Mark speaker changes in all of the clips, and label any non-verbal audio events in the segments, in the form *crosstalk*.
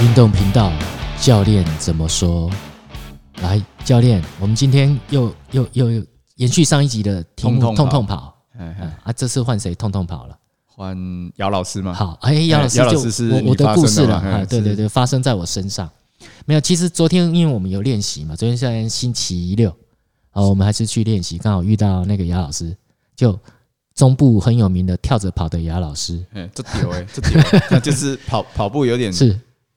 Speaker 1: 运动频道，教练怎么说？来，教练，我们今天又又又又延续上一集的题目，
Speaker 2: 痛痛
Speaker 1: 痛
Speaker 2: 跑
Speaker 1: 痛跑
Speaker 2: 哎
Speaker 1: 嗯
Speaker 2: 哎
Speaker 1: 啊！这次换谁痛痛跑了？
Speaker 2: 换姚老师吗？
Speaker 1: 好，哎，姚老师
Speaker 2: 姚嗯老
Speaker 1: 就
Speaker 2: 师是
Speaker 1: 我
Speaker 2: 你
Speaker 1: 我的
Speaker 2: 发
Speaker 1: 故
Speaker 2: 生
Speaker 1: 事
Speaker 2: 的
Speaker 1: 了
Speaker 2: 嘛
Speaker 1: 啊，
Speaker 2: 哎
Speaker 1: 对对
Speaker 2: 是
Speaker 1: 对，发生在我身上。没有，其实昨天因为我们有练习嘛，昨天现在星期六，啊，我们还是去练习，刚好遇到那个姚老师，就中部很有名的跳着跑的姚老师，
Speaker 2: 哎，这丢哎，这丢
Speaker 1: *laughs*
Speaker 2: 欸，那就是跑跑步有点
Speaker 1: 是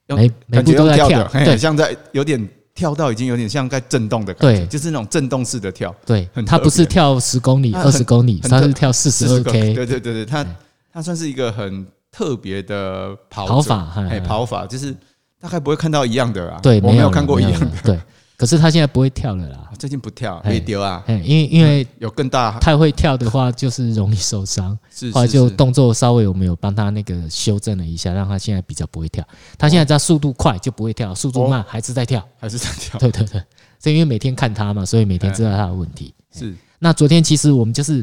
Speaker 2: 用
Speaker 1: 每每
Speaker 2: 感
Speaker 1: 步
Speaker 2: 觉
Speaker 1: 都在
Speaker 2: 要
Speaker 1: 跳
Speaker 2: 的，，嘿
Speaker 1: 对
Speaker 2: 像在有点跳到已经有点像在震动的感觉，
Speaker 1: 对
Speaker 2: 就是那种震动式的跳，
Speaker 1: 对，
Speaker 2: 很
Speaker 1: 他
Speaker 2: 特
Speaker 1: 不是
Speaker 2: 别
Speaker 1: 跳十公里、
Speaker 2: 啊
Speaker 1: 二十
Speaker 2: 很
Speaker 1: 公里，
Speaker 2: 很
Speaker 1: 他
Speaker 2: 特
Speaker 1: 是跳四十二
Speaker 2: 40公
Speaker 1: K
Speaker 2: 对对对对，它
Speaker 1: 哎
Speaker 2: 它算是一个很特别的跑
Speaker 1: 跑
Speaker 2: 者，
Speaker 1: 法，
Speaker 2: 哎，
Speaker 1: 哎
Speaker 2: 跑法就是大概不会看到一样的啊，
Speaker 1: 对，
Speaker 2: 我
Speaker 1: 没
Speaker 2: 没有
Speaker 1: 了
Speaker 2: 看过一
Speaker 1: 没有
Speaker 2: 样的
Speaker 1: 了，对， *laughs* 可是他现在不会跳了啦
Speaker 2: 啊，最近不跳
Speaker 1: 哎
Speaker 2: 被丢啊，
Speaker 1: 哎，因为因为
Speaker 2: 有更大
Speaker 1: 太会跳的话，就是容易受伤。
Speaker 2: 是
Speaker 1: *laughs* 后来
Speaker 2: 是
Speaker 1: 就是动作稍微我们有帮他那个修正了一下，让他现在比较不会跳。他
Speaker 2: 哦
Speaker 1: 现在只要速度快就不会跳，速度慢还是在跳。
Speaker 2: 还是在跳，
Speaker 1: 对对对，所以因为每天看他嘛，所以每
Speaker 2: 哎
Speaker 1: 天知道他的问题。
Speaker 2: 是
Speaker 1: 那昨天其实我们就是，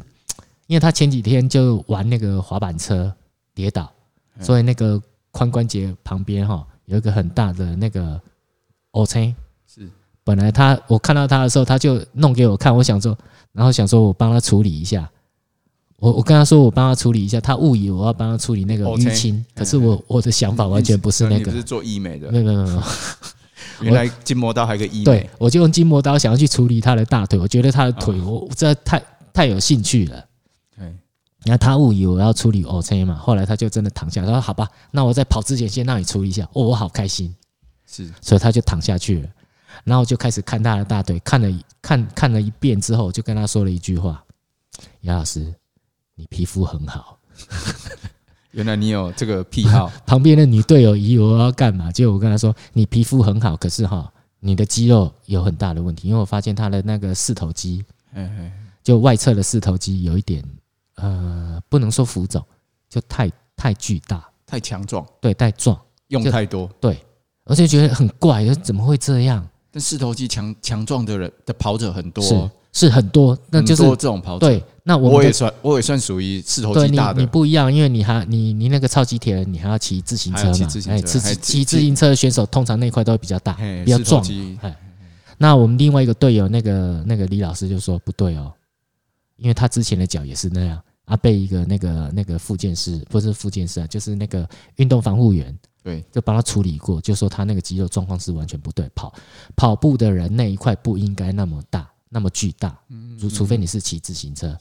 Speaker 1: 因为他前几天就玩那个滑板车跌倒，
Speaker 2: 嗯
Speaker 1: 所以那个髋关节旁边哈有一个很大的那个 O 青。
Speaker 2: 是
Speaker 1: 本来他我看到他的时候，他就弄给我看，我想说，然后想说我帮他处理一下。我我跟他说我帮他处理一下，他误以为我要帮他处理那个淤青，可是我我的想法完全不是那
Speaker 2: 嗯你
Speaker 1: 个
Speaker 2: 不，是做医美的
Speaker 1: 没，有没有没有，
Speaker 2: 原来筋膜刀还可以医美，
Speaker 1: 对我就用筋膜刀想要去处理他的大腿，我觉得他的
Speaker 2: 哦
Speaker 1: 腿我我这太太有兴趣了。
Speaker 2: 哎，
Speaker 1: 然后他误以为我要处理 O C 嘛，后来他就真的躺下，他说好吧，那我在跑之前先让你处理一下，哦，我好开心，
Speaker 2: 是
Speaker 1: 所以他就躺下去了。然后我就开始看他的大腿，看了一看看了一遍之后，我就跟他说了一句话：“杨老师，你皮肤很好。
Speaker 2: 原来你有这个癖
Speaker 1: *laughs*
Speaker 2: 好，”
Speaker 1: 旁边的女队友以为我要干嘛，结果我跟他说：“你皮肤很好，可是哈，你的肌肉有很大的问题，因为我发现他的那个四头肌，
Speaker 2: 哎哎，
Speaker 1: 就外侧的四头肌有一点，呃，不能说浮肿，就太太巨大，
Speaker 2: 太强壮，
Speaker 1: 对，太壮。”
Speaker 2: 用太多。
Speaker 1: 而且觉得很怪，就怎么会这样？
Speaker 2: 但四头肌强强壮的人的跑者很多，哦
Speaker 1: 是是很多，那就是
Speaker 2: 很多这种跑者。，
Speaker 1: 对。那我
Speaker 2: 我
Speaker 1: 们的
Speaker 2: 也算我也算属于四头
Speaker 1: 对
Speaker 2: 肌
Speaker 1: 你
Speaker 2: 大
Speaker 1: 你
Speaker 2: 的，
Speaker 1: 不一样，因为你还你你那个超级铁人，你还要骑自行车
Speaker 2: 还要骑
Speaker 1: 嘛
Speaker 2: 自，行
Speaker 1: 哎，
Speaker 2: 车
Speaker 1: 自
Speaker 2: 还
Speaker 1: 骑
Speaker 2: 骑
Speaker 1: 自行车的选手通常那块都会比较大，
Speaker 2: 嘿
Speaker 1: 比较
Speaker 2: 四头
Speaker 1: 壮。哎
Speaker 2: 肌
Speaker 1: 那我们另外一个队友，那个那个李老师就说不对哦，因为他之前的脚也是那样啊，被一个那个那个复健师不是复健师啊，就是那个运动防护员，
Speaker 2: 对，
Speaker 1: 就帮他处理过，就说他那个肌肉状况是完全不对，跑跑步的人那一块不应该那么大，那么巨大，除除非你是骑自行车。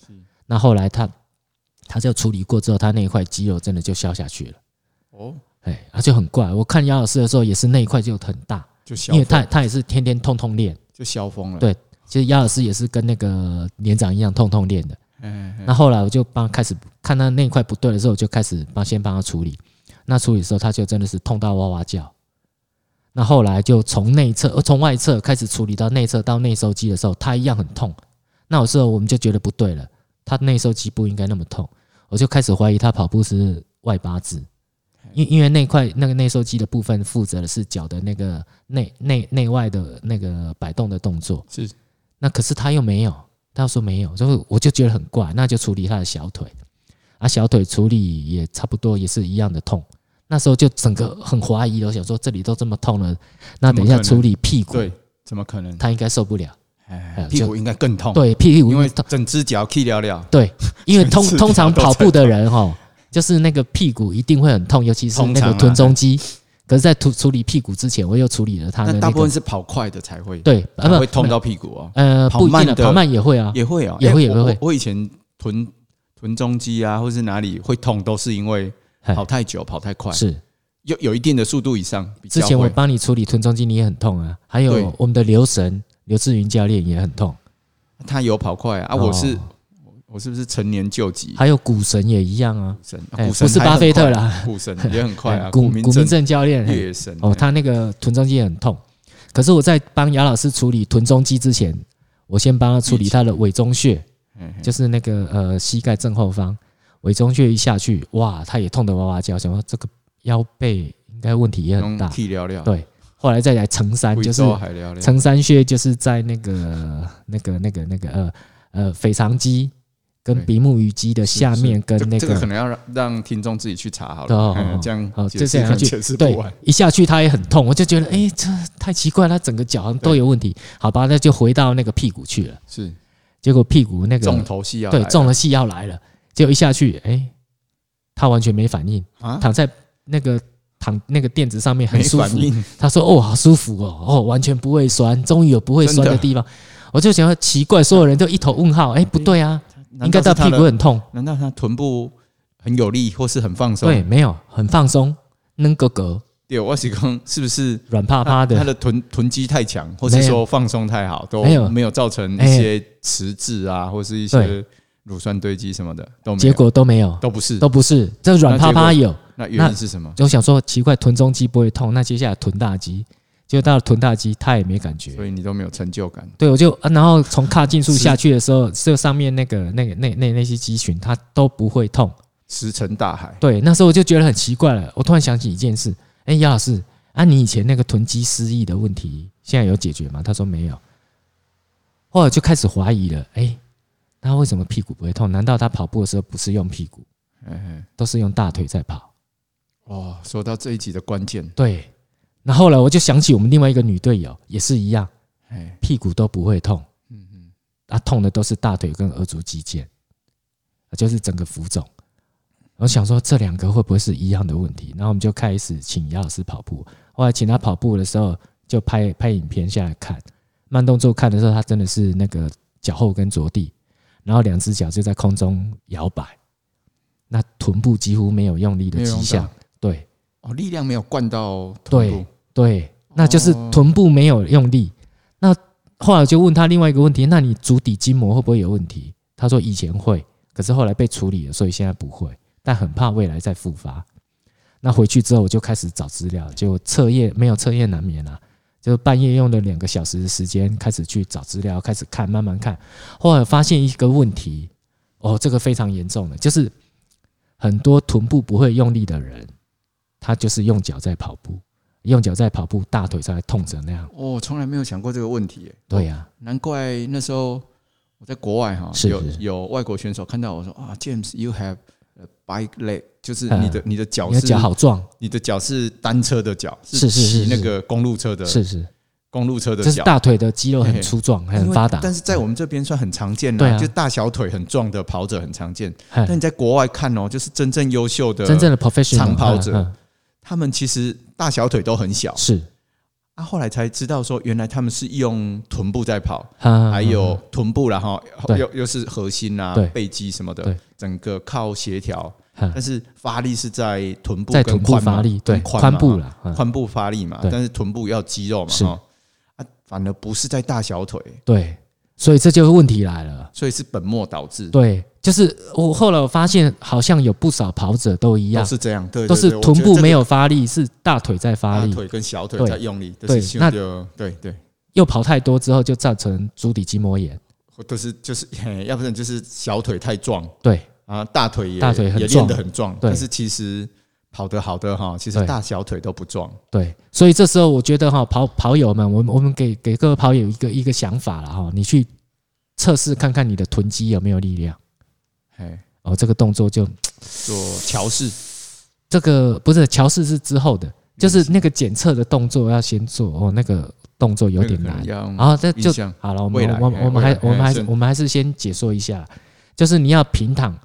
Speaker 1: 那后来他他就处理过之后，他那一块肌肉真的就消下去了，
Speaker 2: 哦，
Speaker 1: 哎，他就很怪。我看杨老师的时候也是那一块就很大，
Speaker 2: 就消
Speaker 1: 因为他
Speaker 2: 风
Speaker 1: 他也是天天痛痛练。
Speaker 2: 就消风了。
Speaker 1: 对其实杨老师也是跟那个连长一样痛痛练的。
Speaker 2: 哎，哎
Speaker 1: 那后来我就帮开始看他那一块不对的时候，我就开始帮先帮他处理。那处理的时候，他就真的是痛到哇哇叫。那后来就从内侧，呃，从外侧开始处理到内侧到内收肌的时候，他一样很痛。那有时候我们就觉得不对了，他内收肌不应该那么痛，我就开始怀疑他跑步是外八字，因因为那块那个内收肌的部分负责的是脚的那个内内内外的那个摆动的动作，
Speaker 2: 是
Speaker 1: 那可是他又没有，他又说没有，就是我就觉得很怪，那就处理他的小腿，啊，小腿处理也差不多，也是一样的痛。那时候就整个很怀疑了，我想说这里都这么痛了，那等一下
Speaker 2: 怎
Speaker 1: 处
Speaker 2: 么可能
Speaker 1: 理屁股，
Speaker 2: 对，怎么可能？
Speaker 1: 他应该受不了。哎
Speaker 2: 哎
Speaker 1: 就，
Speaker 2: 屁股应该更痛，，
Speaker 1: 对，屁股
Speaker 2: 因为整只脚踢了了，
Speaker 1: 对，因为
Speaker 2: *laughs*
Speaker 1: 通
Speaker 2: 全世界
Speaker 1: 通常
Speaker 2: 都在
Speaker 1: 跑步的人哈，就是那个屁股一定会很痛，尤其是那
Speaker 2: 通常
Speaker 1: 个
Speaker 2: 啊
Speaker 1: 臀中肌。可是，在处处理屁股之前，我又处理了他的
Speaker 2: 但
Speaker 1: 那
Speaker 2: 大部
Speaker 1: 个
Speaker 2: 分是跑快的才会，
Speaker 1: 对，啊
Speaker 2: 才
Speaker 1: 不
Speaker 2: 会痛
Speaker 1: 没有
Speaker 2: 到屁股哦，
Speaker 1: 呃
Speaker 2: 跑
Speaker 1: 不一定
Speaker 2: 慢
Speaker 1: 的，
Speaker 2: 的
Speaker 1: 跑慢也会啊，
Speaker 2: 也会哦，
Speaker 1: 也
Speaker 2: 哎
Speaker 1: 会也
Speaker 2: 我
Speaker 1: 会
Speaker 2: 我我以前臀臀中肌啊，或是哪里会痛，都是因为
Speaker 1: 嘿
Speaker 2: 跑太久、跑太快，
Speaker 1: 是。
Speaker 2: 有有一定的速度以上比
Speaker 1: 之
Speaker 2: 较
Speaker 1: 前我
Speaker 2: 会。
Speaker 1: 帮你处理臀中肌，你也很痛啊。还有
Speaker 2: 对
Speaker 1: 我们的刘神刘志云教练也很痛，
Speaker 2: 他有跑快啊，啊
Speaker 1: 哦
Speaker 2: 我是我是不是成年救急？
Speaker 1: 还有股神也一样啊。
Speaker 2: 股神，
Speaker 1: 哎
Speaker 2: 啊股神
Speaker 1: 不是
Speaker 2: 还很
Speaker 1: 巴菲特啦
Speaker 2: 快，股神也很
Speaker 1: *laughs*
Speaker 2: 快啊，
Speaker 1: 哎古
Speaker 2: 民
Speaker 1: 古
Speaker 2: 正
Speaker 1: 明正教练嘿
Speaker 2: 月神
Speaker 1: 哦，他那个臀中肌也很痛。可是我在帮杨老师处理臀中肌之前，我先帮他处理他的委中穴，就是那个呃膝盖正后方委中穴一下去，哇，他也痛得哇哇叫，想说这个腰背应该问题也很大。
Speaker 2: 替聊聊，
Speaker 1: 对后来再来承山，
Speaker 2: 贵
Speaker 1: 就是
Speaker 2: 州还聊聊，
Speaker 1: 承山穴就是在那个那个那个那个呃呃腓肠肌跟
Speaker 2: 对
Speaker 1: 比目鱼肌的下面跟
Speaker 2: 这
Speaker 1: 那
Speaker 2: 这个可能要让让听众自己去查好了，
Speaker 1: 哦
Speaker 2: 嗯这样
Speaker 1: 好
Speaker 2: 解
Speaker 1: 就
Speaker 2: 释
Speaker 1: 这样
Speaker 2: 可能
Speaker 1: 去
Speaker 2: 解释
Speaker 1: 对
Speaker 2: 不完。，
Speaker 1: 一下去他也很痛，我就觉得，哎、这太奇怪，他整个脚好像都有问题。好吧，那就回到那个屁股去了。
Speaker 2: 是
Speaker 1: 结果屁股那个
Speaker 2: 重头戏要
Speaker 1: 对
Speaker 2: 来了
Speaker 1: 中了戏要来了，结果一下去，哎、他完全没反应，
Speaker 2: 啊，
Speaker 1: 躺在那个躺那个垫子上面很
Speaker 2: 没
Speaker 1: 舒
Speaker 2: 反
Speaker 1: 服。
Speaker 2: 应，
Speaker 1: 他说：“哦，好舒服哦，哦，完全不会酸，终于有不会酸
Speaker 2: 真
Speaker 1: 的
Speaker 2: 的
Speaker 1: 地方。”我就想说奇怪，所有人都一头问号，哎、不对啊，应该
Speaker 2: 难道
Speaker 1: 到
Speaker 2: 是他
Speaker 1: 屁
Speaker 2: 的
Speaker 1: 股很痛，
Speaker 2: 难道他臀部很有力，或是很放松？
Speaker 1: 对，没有，很放松，能格格，
Speaker 2: 对，我是讲是不是
Speaker 1: 软趴趴
Speaker 2: 他
Speaker 1: 啊的，
Speaker 2: 的臀臀肌太强，或是
Speaker 1: 没有
Speaker 2: 说放松太好，都
Speaker 1: 没有
Speaker 2: 没有造成一
Speaker 1: 哎
Speaker 2: 些迟滞啊，或是一些乳酸堆积什么的都没有，
Speaker 1: 结果都没有，
Speaker 2: 都不是。
Speaker 1: 都不是，这软趴趴有。
Speaker 2: 那原因是什么？
Speaker 1: 就想说奇怪，臀中肌不会痛，那接下来臀大肌，结果到了臀大肌他也没感觉
Speaker 2: 所。以你都没有成就感，对
Speaker 1: 对，我就、啊、然后从髂胫处下去的时候，这上面那个那个那那那些肌群它都不会痛。
Speaker 2: 石沉大海。
Speaker 1: 对，那时候我就觉得很奇怪了。我突然想起一件事，哎，杨老师，啊，你以前那个臀肌失忆的问题，现在有解决吗？他说没有。后来我就开始怀疑了，哎，那为什么屁股不会痛？难道他跑步的时候不是用屁股，
Speaker 2: 哎，
Speaker 1: 都是用大腿在跑？
Speaker 2: 哦，说到这一集的关键，
Speaker 1: 对，那后来我就想起我们另外一个女队友也是一样，
Speaker 2: 哎，
Speaker 1: 屁股都不会痛，
Speaker 2: 嗯嗯，
Speaker 1: 啊，痛的都是大腿跟额足肌腱，啊就是整个浮肿。我想说这两个会不会是一样的问题？然后我们就开始请杨老师跑步。后来请他跑步的时候，就拍拍影片下来看，慢动作看的时候，他真的是那个脚后跟着地，然后两只脚就在空中摇摆，那臀部几乎没有用力的
Speaker 2: 没有用
Speaker 1: 迹
Speaker 2: 到
Speaker 1: 象。对，
Speaker 2: 哦，力量没有灌到臀
Speaker 1: 对
Speaker 2: 部，
Speaker 1: 对，那就是
Speaker 2: 哦
Speaker 1: 臀部没有用力。那后来我就问他另外一个问题，那你足底筋膜会不会有问题？他说以前会，可是后来被处理了，所以现在不会，但很怕未来再复发。那回去之后我就开始找资料，结果彻夜没有彻夜难眠啊，就半夜用了两个小时的时间开始去找资料，开始看，慢慢看。后来发现一个问题，哦，这个非常严重的，就是很多臀部不会用力的人，他就是用脚在跑步。用脚在跑步，大腿才会痛成那样。
Speaker 2: 哦，从来没有想过这个问题耶。
Speaker 1: 对啊呀、
Speaker 2: 难怪那时候我在国外哈，
Speaker 1: 是
Speaker 2: 有
Speaker 1: 是
Speaker 2: 有外国选手看到我说啊，James，you have a bike leg，就是你的你的
Speaker 1: 嗯
Speaker 2: 脚
Speaker 1: 你的
Speaker 2: 是
Speaker 1: 脚好壮，
Speaker 2: 你的脚是单车的脚，
Speaker 1: 是是是
Speaker 2: 骑
Speaker 1: 是
Speaker 2: 那个公路车的
Speaker 1: 是是，
Speaker 2: 公路车的
Speaker 1: 这是
Speaker 2: 脚，
Speaker 1: 大腿的肌肉很粗壮，
Speaker 2: 因为
Speaker 1: 很发达。
Speaker 2: 但是在我们这边算很常见
Speaker 1: 对
Speaker 2: 啦，
Speaker 1: 啊
Speaker 2: 就大小腿很壮的跑者很常见。
Speaker 1: 嘿
Speaker 2: 但你在国外看哦，就是真正优秀的，
Speaker 1: 真正的 professional
Speaker 2: 长跑者
Speaker 1: 嗯嗯
Speaker 2: 他们其实大小腿都很小
Speaker 1: 是，
Speaker 2: 啊。后来才知道说，原来他们是用臀部在跑，还
Speaker 1: 还
Speaker 2: 有臀部啦哈，
Speaker 1: 嗯对
Speaker 2: 又又是核心啊
Speaker 1: 对、
Speaker 2: 背肌什么的
Speaker 1: 对，嗯
Speaker 2: 整个靠协调，但是发力是在臀部
Speaker 1: 在
Speaker 2: 跟
Speaker 1: 臀部
Speaker 2: 髋嘛
Speaker 1: 发力，对
Speaker 2: 跟髋
Speaker 1: 髋
Speaker 2: 嘛
Speaker 1: 部啦，嗯
Speaker 2: 髋部发力嘛，
Speaker 1: 对
Speaker 2: 但是臀部要肌肉嘛，
Speaker 1: 是
Speaker 2: 哈啊，反而不是在大小腿，
Speaker 1: 对，所以这就是问题来了。
Speaker 2: 所以是本末倒置，
Speaker 1: 对，就是我后来我发现，好像有不少跑者都一
Speaker 2: 都
Speaker 1: 样，
Speaker 2: 是这样，对，
Speaker 1: 都
Speaker 2: 对
Speaker 1: 是
Speaker 2: 对我
Speaker 1: 臀
Speaker 2: 觉得
Speaker 1: 部
Speaker 2: 这个
Speaker 1: 没有发力，是大腿在发
Speaker 2: 大
Speaker 1: 力，
Speaker 2: 腿跟小腿
Speaker 1: 对
Speaker 2: 在用力，
Speaker 1: 对
Speaker 2: 就是
Speaker 1: 那
Speaker 2: 就对对，
Speaker 1: 又跑太多之后就造成足底筋膜炎。
Speaker 2: 或都是就是， *laughs* 嘿要不然就是小腿太壮
Speaker 1: 对，
Speaker 2: 啊，大腿也
Speaker 1: 大腿很
Speaker 2: 也
Speaker 1: 壮
Speaker 2: 练得很壮，
Speaker 1: 对
Speaker 2: 但是其实跑得好的哈，其实
Speaker 1: 对
Speaker 2: 大小腿都不壮，
Speaker 1: 对，所以这时候我觉得哈，跑跑友们，我们我们给给各位跑友一个一个想法了哈，你去测试看看你的臀肌有没有力量
Speaker 2: 哎，
Speaker 1: 哦。这个动作就
Speaker 2: 做乔式
Speaker 1: 这个不是乔氏是之后的，就是那个检测的动作要先做哦，那个动作有点难。
Speaker 2: 难
Speaker 1: 然后这就
Speaker 2: 印象
Speaker 1: 好了，我
Speaker 2: 未
Speaker 1: 们
Speaker 2: 来
Speaker 1: 我们
Speaker 2: 哎
Speaker 1: 我们
Speaker 2: 未
Speaker 1: 还
Speaker 2: 来
Speaker 1: 我们
Speaker 2: 哎
Speaker 1: 还
Speaker 2: 是
Speaker 1: 是我们还是先解说一下，就是你要平躺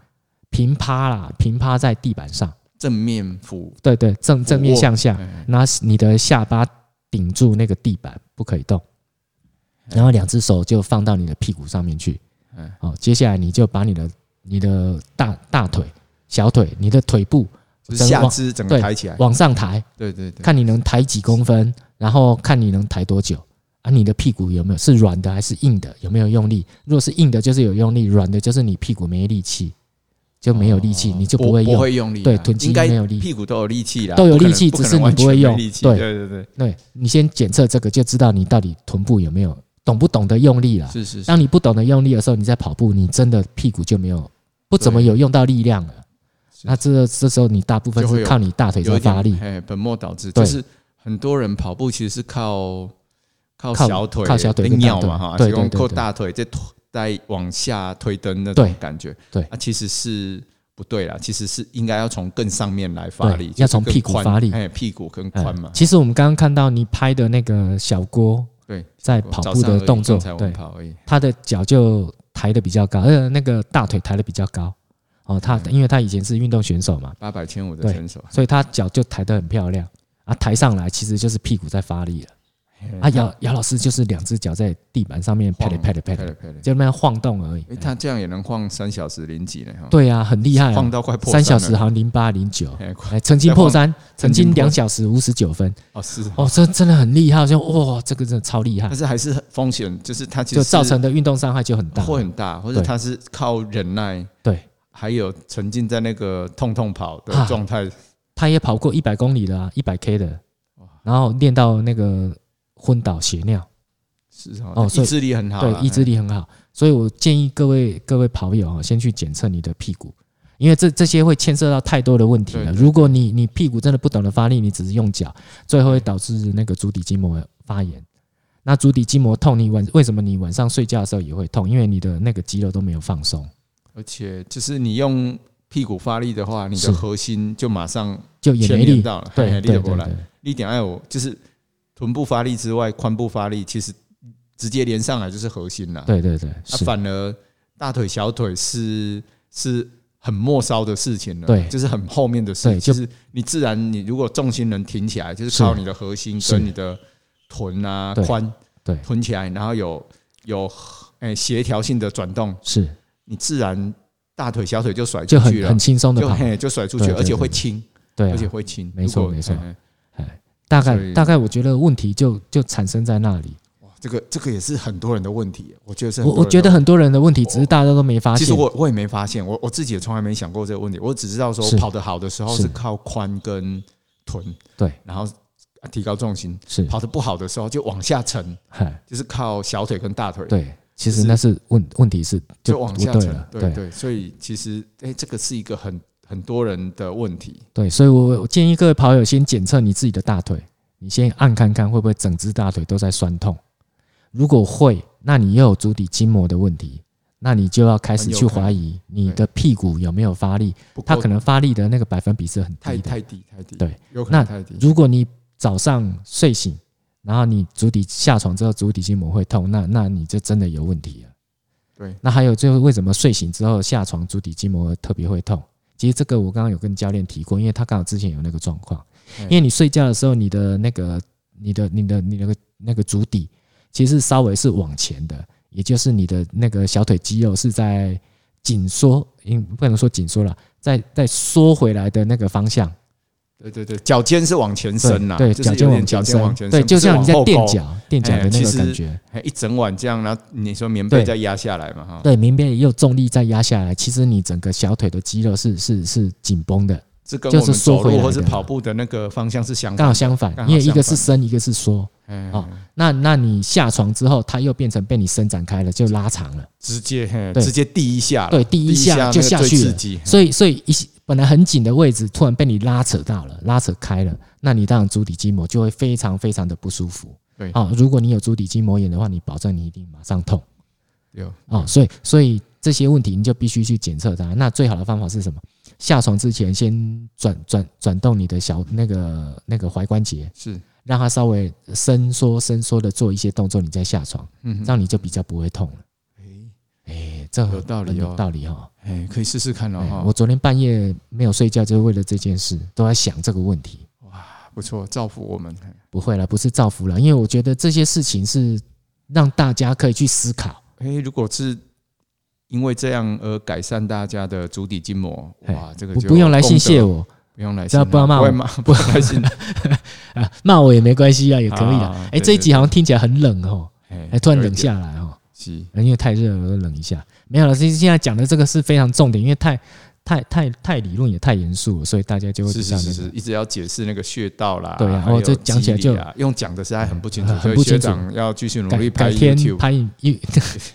Speaker 1: 平趴啦，平趴在地板上，
Speaker 2: 正面俯，
Speaker 1: 对对，正正面
Speaker 2: 俯卧
Speaker 1: 向下，
Speaker 2: 哎
Speaker 1: 拿你的下巴顶住那个地板，不可以动，
Speaker 2: 哎
Speaker 1: 然后两只手就放到你的屁股上面去
Speaker 2: 嗯。
Speaker 1: 好，接下来你就把你的你的大大腿、小腿、你的腿部
Speaker 2: 就是下肢整个抬起来，
Speaker 1: 往上抬，
Speaker 2: 对对对，
Speaker 1: 看你能抬几公分，然后看你能抬多久。啊，你的屁股有没有是软的还是硬的？有没有用力？如果是硬的，就是有用力；软的，就是你屁股没力气，就没有力气，
Speaker 2: 哦
Speaker 1: 你就
Speaker 2: 不
Speaker 1: 不会
Speaker 2: 不
Speaker 1: 用。
Speaker 2: 会用力啊，
Speaker 1: 对臀肌
Speaker 2: 应该
Speaker 1: 没有力
Speaker 2: 屁股都有力气啦，
Speaker 1: 都有
Speaker 2: 不可能
Speaker 1: 力气
Speaker 2: 不可
Speaker 1: 只
Speaker 2: 能
Speaker 1: 是你
Speaker 2: 完全
Speaker 1: 不会用
Speaker 2: 没力气
Speaker 1: 对啊
Speaker 2: 对对对，
Speaker 1: 对你先检测这个，就知道你到底臀部有没有懂不懂得用力了。
Speaker 2: 是是是，
Speaker 1: 当你不懂得用力的时候，你在跑步，你真的屁股就没有不怎么有用到力量了。
Speaker 2: 是
Speaker 1: 那这这时候你大部分
Speaker 2: 就会
Speaker 1: 是
Speaker 2: 有
Speaker 1: 靠你大腿
Speaker 2: 有
Speaker 1: 在
Speaker 2: 一
Speaker 1: 发力
Speaker 2: 点，哎，本末倒置，
Speaker 1: 对
Speaker 2: 就是很多人跑步其实是靠靠
Speaker 1: 靠
Speaker 2: 小腿、
Speaker 1: 靠小腿跟大
Speaker 2: 尿
Speaker 1: 腿
Speaker 2: 嘛哈，
Speaker 1: 对
Speaker 2: 是讲
Speaker 1: 对对
Speaker 2: 靠
Speaker 1: 对
Speaker 2: 大腿这腿在往下推灯那
Speaker 1: 对
Speaker 2: 种感觉。
Speaker 1: 对
Speaker 2: 啊，其实是不对啦，其实是应该要从更上面来发力，
Speaker 1: 对
Speaker 2: 就是
Speaker 1: 要从
Speaker 2: 更
Speaker 1: 屁股
Speaker 2: 宽
Speaker 1: 发力
Speaker 2: 哎，屁股跟髋嘛
Speaker 1: 嗯。其实我们刚刚看到你拍的那个小郭
Speaker 2: 对，
Speaker 1: 在跑
Speaker 2: 早
Speaker 1: 步
Speaker 2: 上而
Speaker 1: 的
Speaker 2: 已
Speaker 1: 动作，
Speaker 2: 刚才我们
Speaker 1: 对，
Speaker 2: 跑而已。
Speaker 1: 他的脚就抬得比较高，呃，那个大腿抬得比较高。哦，他
Speaker 2: 嗯
Speaker 1: 因为他以前是运动选手嘛，
Speaker 2: 八百千五的
Speaker 1: 对
Speaker 2: 选手，
Speaker 1: 所以他脚就抬得很漂亮啊，抬上来其实就是屁股在发力了。啊，姚姚老师就是两只脚在地板上面拍的拍的拍
Speaker 2: 拍
Speaker 1: 的，
Speaker 2: 了拍了。
Speaker 1: 就那样晃动而已。
Speaker 2: 哎，他这样也能晃三小时零几呢？哈，
Speaker 1: 对啊，很厉害
Speaker 2: 晃
Speaker 1: 啊，
Speaker 2: 到快破
Speaker 1: 三小时
Speaker 2: 了
Speaker 1: 好像零八零九，
Speaker 2: 哎，快
Speaker 1: 哎，曾经
Speaker 2: 再
Speaker 1: 破
Speaker 2: 晃
Speaker 1: 三，曾
Speaker 2: 曾经
Speaker 1: 经
Speaker 2: 破
Speaker 1: 两小时五十九分，
Speaker 2: 哦是，
Speaker 1: 哦，这真的很厉害，就哇，这个真的超厉害
Speaker 2: 但，是还是很风险，就是他其实
Speaker 1: 就造成的运动伤害就很大。
Speaker 2: 会很大，或者
Speaker 1: 对
Speaker 2: 他是靠忍耐，
Speaker 1: 对，
Speaker 2: 还有沉浸在那个痛痛跑
Speaker 1: 啊
Speaker 2: 的状态，
Speaker 1: 他也跑过一百公里的啊，一百 K 的，然后练到那个昏倒血尿，
Speaker 2: 是哦
Speaker 1: 哦所
Speaker 2: 意
Speaker 1: 以
Speaker 2: 志力很好啦，
Speaker 1: 对，意志力很好。所以我建议各位各位跑友啊，先去检测你的屁股，因为这这些会牵涉到太多的问题
Speaker 2: 对
Speaker 1: 了。
Speaker 2: 对
Speaker 1: 如果你你屁股真的不懂得发力，你只是用脚，最后会导致那个足底筋膜发炎。那足底筋膜痛，你晚为什么你晚上睡觉的时候也会痛？因为你的那个肌肉都没有放松，
Speaker 2: 而且就是你用屁股发力的话，你
Speaker 1: 是
Speaker 2: 的核心就马上
Speaker 1: 就也
Speaker 2: 全
Speaker 1: 没
Speaker 2: 面
Speaker 1: 力。
Speaker 2: 到了，
Speaker 1: 对对
Speaker 2: 嘿力
Speaker 1: 对
Speaker 2: 得过来
Speaker 1: 对，
Speaker 2: 力点爱我就是臀部发力之外，髋部发力，其实直接连上来就是核心了，，
Speaker 1: 对对对，
Speaker 2: 啊、
Speaker 1: 是，
Speaker 2: 反而大腿小腿是是。很末梢的事情了，
Speaker 1: 对
Speaker 2: 就是很后面的事
Speaker 1: 对就
Speaker 2: 情，就是你自然你如果重心能挺起来，就是
Speaker 1: 是
Speaker 2: 靠你的核心
Speaker 1: 是
Speaker 2: 跟你的臀啊
Speaker 1: 对
Speaker 2: 髋
Speaker 1: 对，
Speaker 2: 臀起来，然后有有诶协调性的转动，
Speaker 1: 是
Speaker 2: 你自然大腿小腿就甩出
Speaker 1: 就很
Speaker 2: 去了
Speaker 1: 很，轻松的
Speaker 2: 啊就
Speaker 1: 跑，
Speaker 2: 嘿就甩出去，
Speaker 1: 对对
Speaker 2: 而且会轻，
Speaker 1: 对啊
Speaker 2: 而且会轻，
Speaker 1: 没错
Speaker 2: 如果
Speaker 1: 没错
Speaker 2: 嘿嘿
Speaker 1: 大概
Speaker 2: 所以
Speaker 1: 大概，我觉得问题就就产生在那里。
Speaker 2: 哇，这个这个也是很多人的问题，我觉得是很
Speaker 1: 我
Speaker 2: 多
Speaker 1: 我
Speaker 2: 人的
Speaker 1: 觉得很多人的问题，只是大家都没发
Speaker 2: 问题。其实
Speaker 1: 现。
Speaker 2: 我我也没发现，我我自己也从来没想过这个问题。我只知道说
Speaker 1: 是
Speaker 2: 跑得好的时候
Speaker 1: 是
Speaker 2: 是靠髋跟臀，
Speaker 1: 对，
Speaker 2: 然后啊提高重心；
Speaker 1: 是，
Speaker 2: 跑得不好的时候就往下沉，
Speaker 1: 嗨，
Speaker 2: 就是靠小腿跟大腿，，
Speaker 1: 对，其实
Speaker 2: 就是
Speaker 1: 那是问问题是
Speaker 2: 就
Speaker 1: 不
Speaker 2: 往下
Speaker 1: 对
Speaker 2: 沉
Speaker 1: 了，，
Speaker 2: 对对。所以其实哎，这个是一个很很多人的问题。
Speaker 1: 对，所以我我建议各位跑友先检测你自己的大腿，你先按看看会不会整只大腿都在酸痛。如果会，那你又有足底筋膜的问题，那你就要开始
Speaker 2: 很有
Speaker 1: 去
Speaker 2: 可能
Speaker 1: 怀疑你的屁股有没有发力，
Speaker 2: 不
Speaker 1: 它
Speaker 2: 够
Speaker 1: 可能发力的那个百分比是很
Speaker 2: 太
Speaker 1: 低的。
Speaker 2: 太低太低，
Speaker 1: 对，
Speaker 2: 有可能
Speaker 1: 那
Speaker 2: 太低。
Speaker 1: 如果你早上睡醒，然后你足底下床之后足底筋膜会痛，那那你就真的有问题了。
Speaker 2: 对，
Speaker 1: 那还有就是为什么睡醒之后下床足底筋膜特别会痛？其实这个我刚刚有跟教练提过，因为他刚好之前有那个状况，
Speaker 2: 嗯
Speaker 1: 因为你睡觉的时候，你的那个、你的、你的、你的那个那个足底其实稍微是往前的，也就是你的那个小腿肌肉是在紧缩，因不能说紧缩了，在在缩回来的那个方向。
Speaker 2: 对对对，脚尖是往前伸呐、
Speaker 1: 对，
Speaker 2: 就
Speaker 1: 对脚
Speaker 2: 是有点脚
Speaker 1: 尖
Speaker 2: 尖往
Speaker 1: 前
Speaker 2: 前伸，
Speaker 1: 对，就像
Speaker 2: 不
Speaker 1: 你
Speaker 2: 是
Speaker 1: 在
Speaker 2: 往后
Speaker 1: 垫
Speaker 2: 勾，
Speaker 1: 脚、垫脚的
Speaker 2: 哎
Speaker 1: 那
Speaker 2: 其
Speaker 1: 个感
Speaker 2: 实
Speaker 1: 觉。
Speaker 2: 哎，一整晚这样，然后你说棉被
Speaker 1: 对
Speaker 2: 再压下来嘛，哈，
Speaker 1: 对，明边用重力再压下来，其实你整个小腿的肌肉是是是紧绷的，
Speaker 2: 这跟
Speaker 1: 就
Speaker 2: 我
Speaker 1: 是
Speaker 2: 们
Speaker 1: 缩
Speaker 2: 走
Speaker 1: 回来
Speaker 2: 路
Speaker 1: 的
Speaker 2: 或是跑步的那个方向是相
Speaker 1: 刚好
Speaker 2: 反。
Speaker 1: 相反
Speaker 2: 嗯刚，好
Speaker 1: 因为一个是
Speaker 2: 相
Speaker 1: 伸，一个是缩。
Speaker 2: 哎
Speaker 1: 哦，那那你下床之后，它又变成被你伸展开了，就拉长了。
Speaker 2: 直接嘿
Speaker 1: 对
Speaker 2: 直接第一下啦，
Speaker 1: 对，第
Speaker 2: 第
Speaker 1: 一下就
Speaker 2: 那个
Speaker 1: 下
Speaker 2: 最
Speaker 1: 去
Speaker 2: 刺
Speaker 1: 了，
Speaker 2: 激，
Speaker 1: 所以所以一本来很紧的位置，突然被你拉扯到了，拉扯开了，那你当然足底筋膜就会非常非常的不舒服。
Speaker 2: 对
Speaker 1: 啊、如果你有足底筋膜炎的话，你保证你一定马上痛。
Speaker 2: 有
Speaker 1: 哦，所以所以这些问题你就必须去检测它。那最好的方法是什么？下床之前先转转转动你的小那个那个踝关节，
Speaker 2: 是
Speaker 1: 让它稍微伸缩伸缩的做一些动作，你再下床，
Speaker 2: 嗯
Speaker 1: 这，样你就比较不会痛了。哎、这
Speaker 2: 有道理
Speaker 1: 很有
Speaker 2: 哦
Speaker 1: 道理哈、
Speaker 2: 哎，可以试试看哦，
Speaker 1: 哎
Speaker 2: 哈
Speaker 1: 我昨天半夜没有睡觉，就是为了这件事，都在想这个问题。
Speaker 2: 不错，造福我们，
Speaker 1: 不会了，不是造福了，因为我觉得这些事情是让大家可以去思考。
Speaker 2: 哎，如果是。因为这样而改善大家的足底筋膜，
Speaker 1: 哎
Speaker 2: 哇，这个
Speaker 1: 不
Speaker 2: 就
Speaker 1: 不用来
Speaker 2: 功
Speaker 1: 信
Speaker 2: 德
Speaker 1: 谢我，
Speaker 2: 不用来
Speaker 1: 只
Speaker 2: 信
Speaker 1: 要
Speaker 2: 啊，
Speaker 1: 不要骂
Speaker 2: 会
Speaker 1: 我
Speaker 2: 骂，不用来信，
Speaker 1: *laughs* 啊，骂我也没关系啊，也可以的。
Speaker 2: 啊
Speaker 1: 哎、这一集好像听起来很冷哦，
Speaker 2: 哎
Speaker 1: 哎，突然
Speaker 2: 有一
Speaker 1: 冷
Speaker 2: 点
Speaker 1: 下来哦，
Speaker 2: 是
Speaker 1: 因为太热了，我冷一下。没有了，其实现在讲的这个是非常重点，因为太太太太理论也太严肃了，所以大家就会
Speaker 2: 是
Speaker 1: 比较
Speaker 2: 是
Speaker 1: 那
Speaker 2: 是
Speaker 1: 个
Speaker 2: 是，一直要解释那个穴道啦，
Speaker 1: 对啊
Speaker 2: 还有
Speaker 1: 哦这讲起来
Speaker 2: 肌理啊用讲的实在很不清
Speaker 1: 嗯，
Speaker 2: 楚所
Speaker 1: 很
Speaker 2: 以
Speaker 1: 不清
Speaker 2: 学
Speaker 1: 楚
Speaker 2: 长要继续努力
Speaker 1: 改
Speaker 2: 拍
Speaker 1: 改天
Speaker 2: YouTube，
Speaker 1: 拍 *laughs* 影 You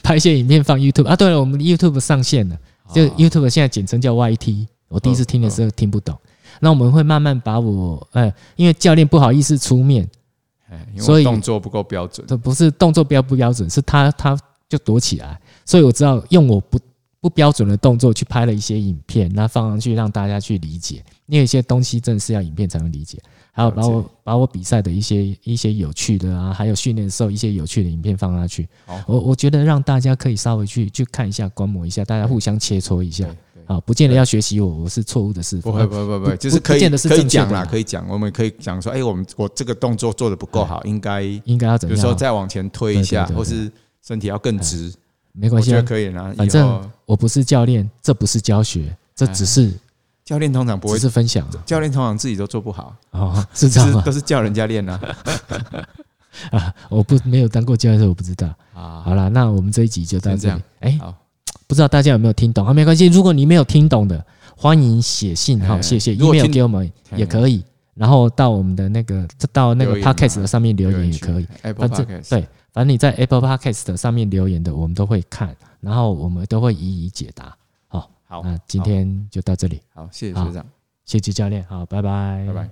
Speaker 1: 拍一些影片放 YouTube 啊。对了，我们 YouTube 上线了，就
Speaker 2: 啊哦
Speaker 1: YouTube 现在简称叫 YT。我第一次听的时候听不懂，那我们会慢慢把我呃，因为教练不好意思出面，
Speaker 2: 哎因为
Speaker 1: 所以
Speaker 2: 我动作不够标准，
Speaker 1: 这不是动作标不标准，是他他就躲起来。所以我知道用我不不标准的动作去拍了一些影片，那放上去让大家去理解，因为一些东西真的是要影片才能理解。还有把
Speaker 2: 了
Speaker 1: 我把我比赛的一些一些有趣的啊，还有训练的时候一些有趣的影片放上去
Speaker 2: 好，
Speaker 1: 我我觉得让大家可以稍微去去看一下、观摩一下，大家互相切磋一下
Speaker 2: 对。对
Speaker 1: 啊，不见得要学习我，我是错误的示
Speaker 2: 不
Speaker 1: 范。
Speaker 2: 会，不会，不会，不会，就是
Speaker 1: 不
Speaker 2: 可
Speaker 1: 不
Speaker 2: 以
Speaker 1: 见得是
Speaker 2: 可以
Speaker 1: 正确的
Speaker 2: 讲啦，
Speaker 1: 啦
Speaker 2: 可以讲，我们可以讲说，哎，我们我这个动作做的不够好，应该比
Speaker 1: 应该哎要怎
Speaker 2: 如
Speaker 1: 样？
Speaker 2: 说再往前推一下，
Speaker 1: 对对对对哎
Speaker 2: 或是身体要更直，
Speaker 1: 没
Speaker 2: 我
Speaker 1: 关系
Speaker 2: 觉
Speaker 1: 啊
Speaker 2: 得，可以啦。
Speaker 1: 反
Speaker 2: 以
Speaker 1: 正
Speaker 2: 后
Speaker 1: 我不是教练，这不是教学，这只是
Speaker 2: 教练通常哎不
Speaker 1: 只
Speaker 2: 会，
Speaker 1: 是分享啊
Speaker 2: 教练通常自己都做不好，
Speaker 1: 哦， *laughs* 是这
Speaker 2: 就
Speaker 1: 样
Speaker 2: 是
Speaker 1: 吗
Speaker 2: 都？是叫人家练啊。
Speaker 1: 啊，我不没有当过教练，所以我不知道。*laughs*
Speaker 2: 啊，
Speaker 1: 好啦，那我们这一集就到
Speaker 2: 先这
Speaker 1: 这里
Speaker 2: 样。
Speaker 1: 哎
Speaker 2: 好，
Speaker 1: 不知道大家有没有听懂啊？没关系，如果你没有听懂的，欢迎写信哈，
Speaker 2: 哎
Speaker 1: 谢谢
Speaker 2: 如果听
Speaker 1: email 给我们
Speaker 2: 哎
Speaker 1: 也可以，然后到我们的那个到那个
Speaker 2: 留言啊
Speaker 1: podcast 的上面留言也可以。
Speaker 2: Apple
Speaker 1: 反正
Speaker 2: Podcast，
Speaker 1: 对，反正你在 Apple Podcast 上面留言的，我们都会看，然后我们都会一一解答。好，
Speaker 2: 好
Speaker 1: 那今天就到这里，
Speaker 2: 好，谢谢
Speaker 1: 嗯好
Speaker 2: 学长，
Speaker 1: 谢谢教练，好，拜拜，
Speaker 2: 拜拜。。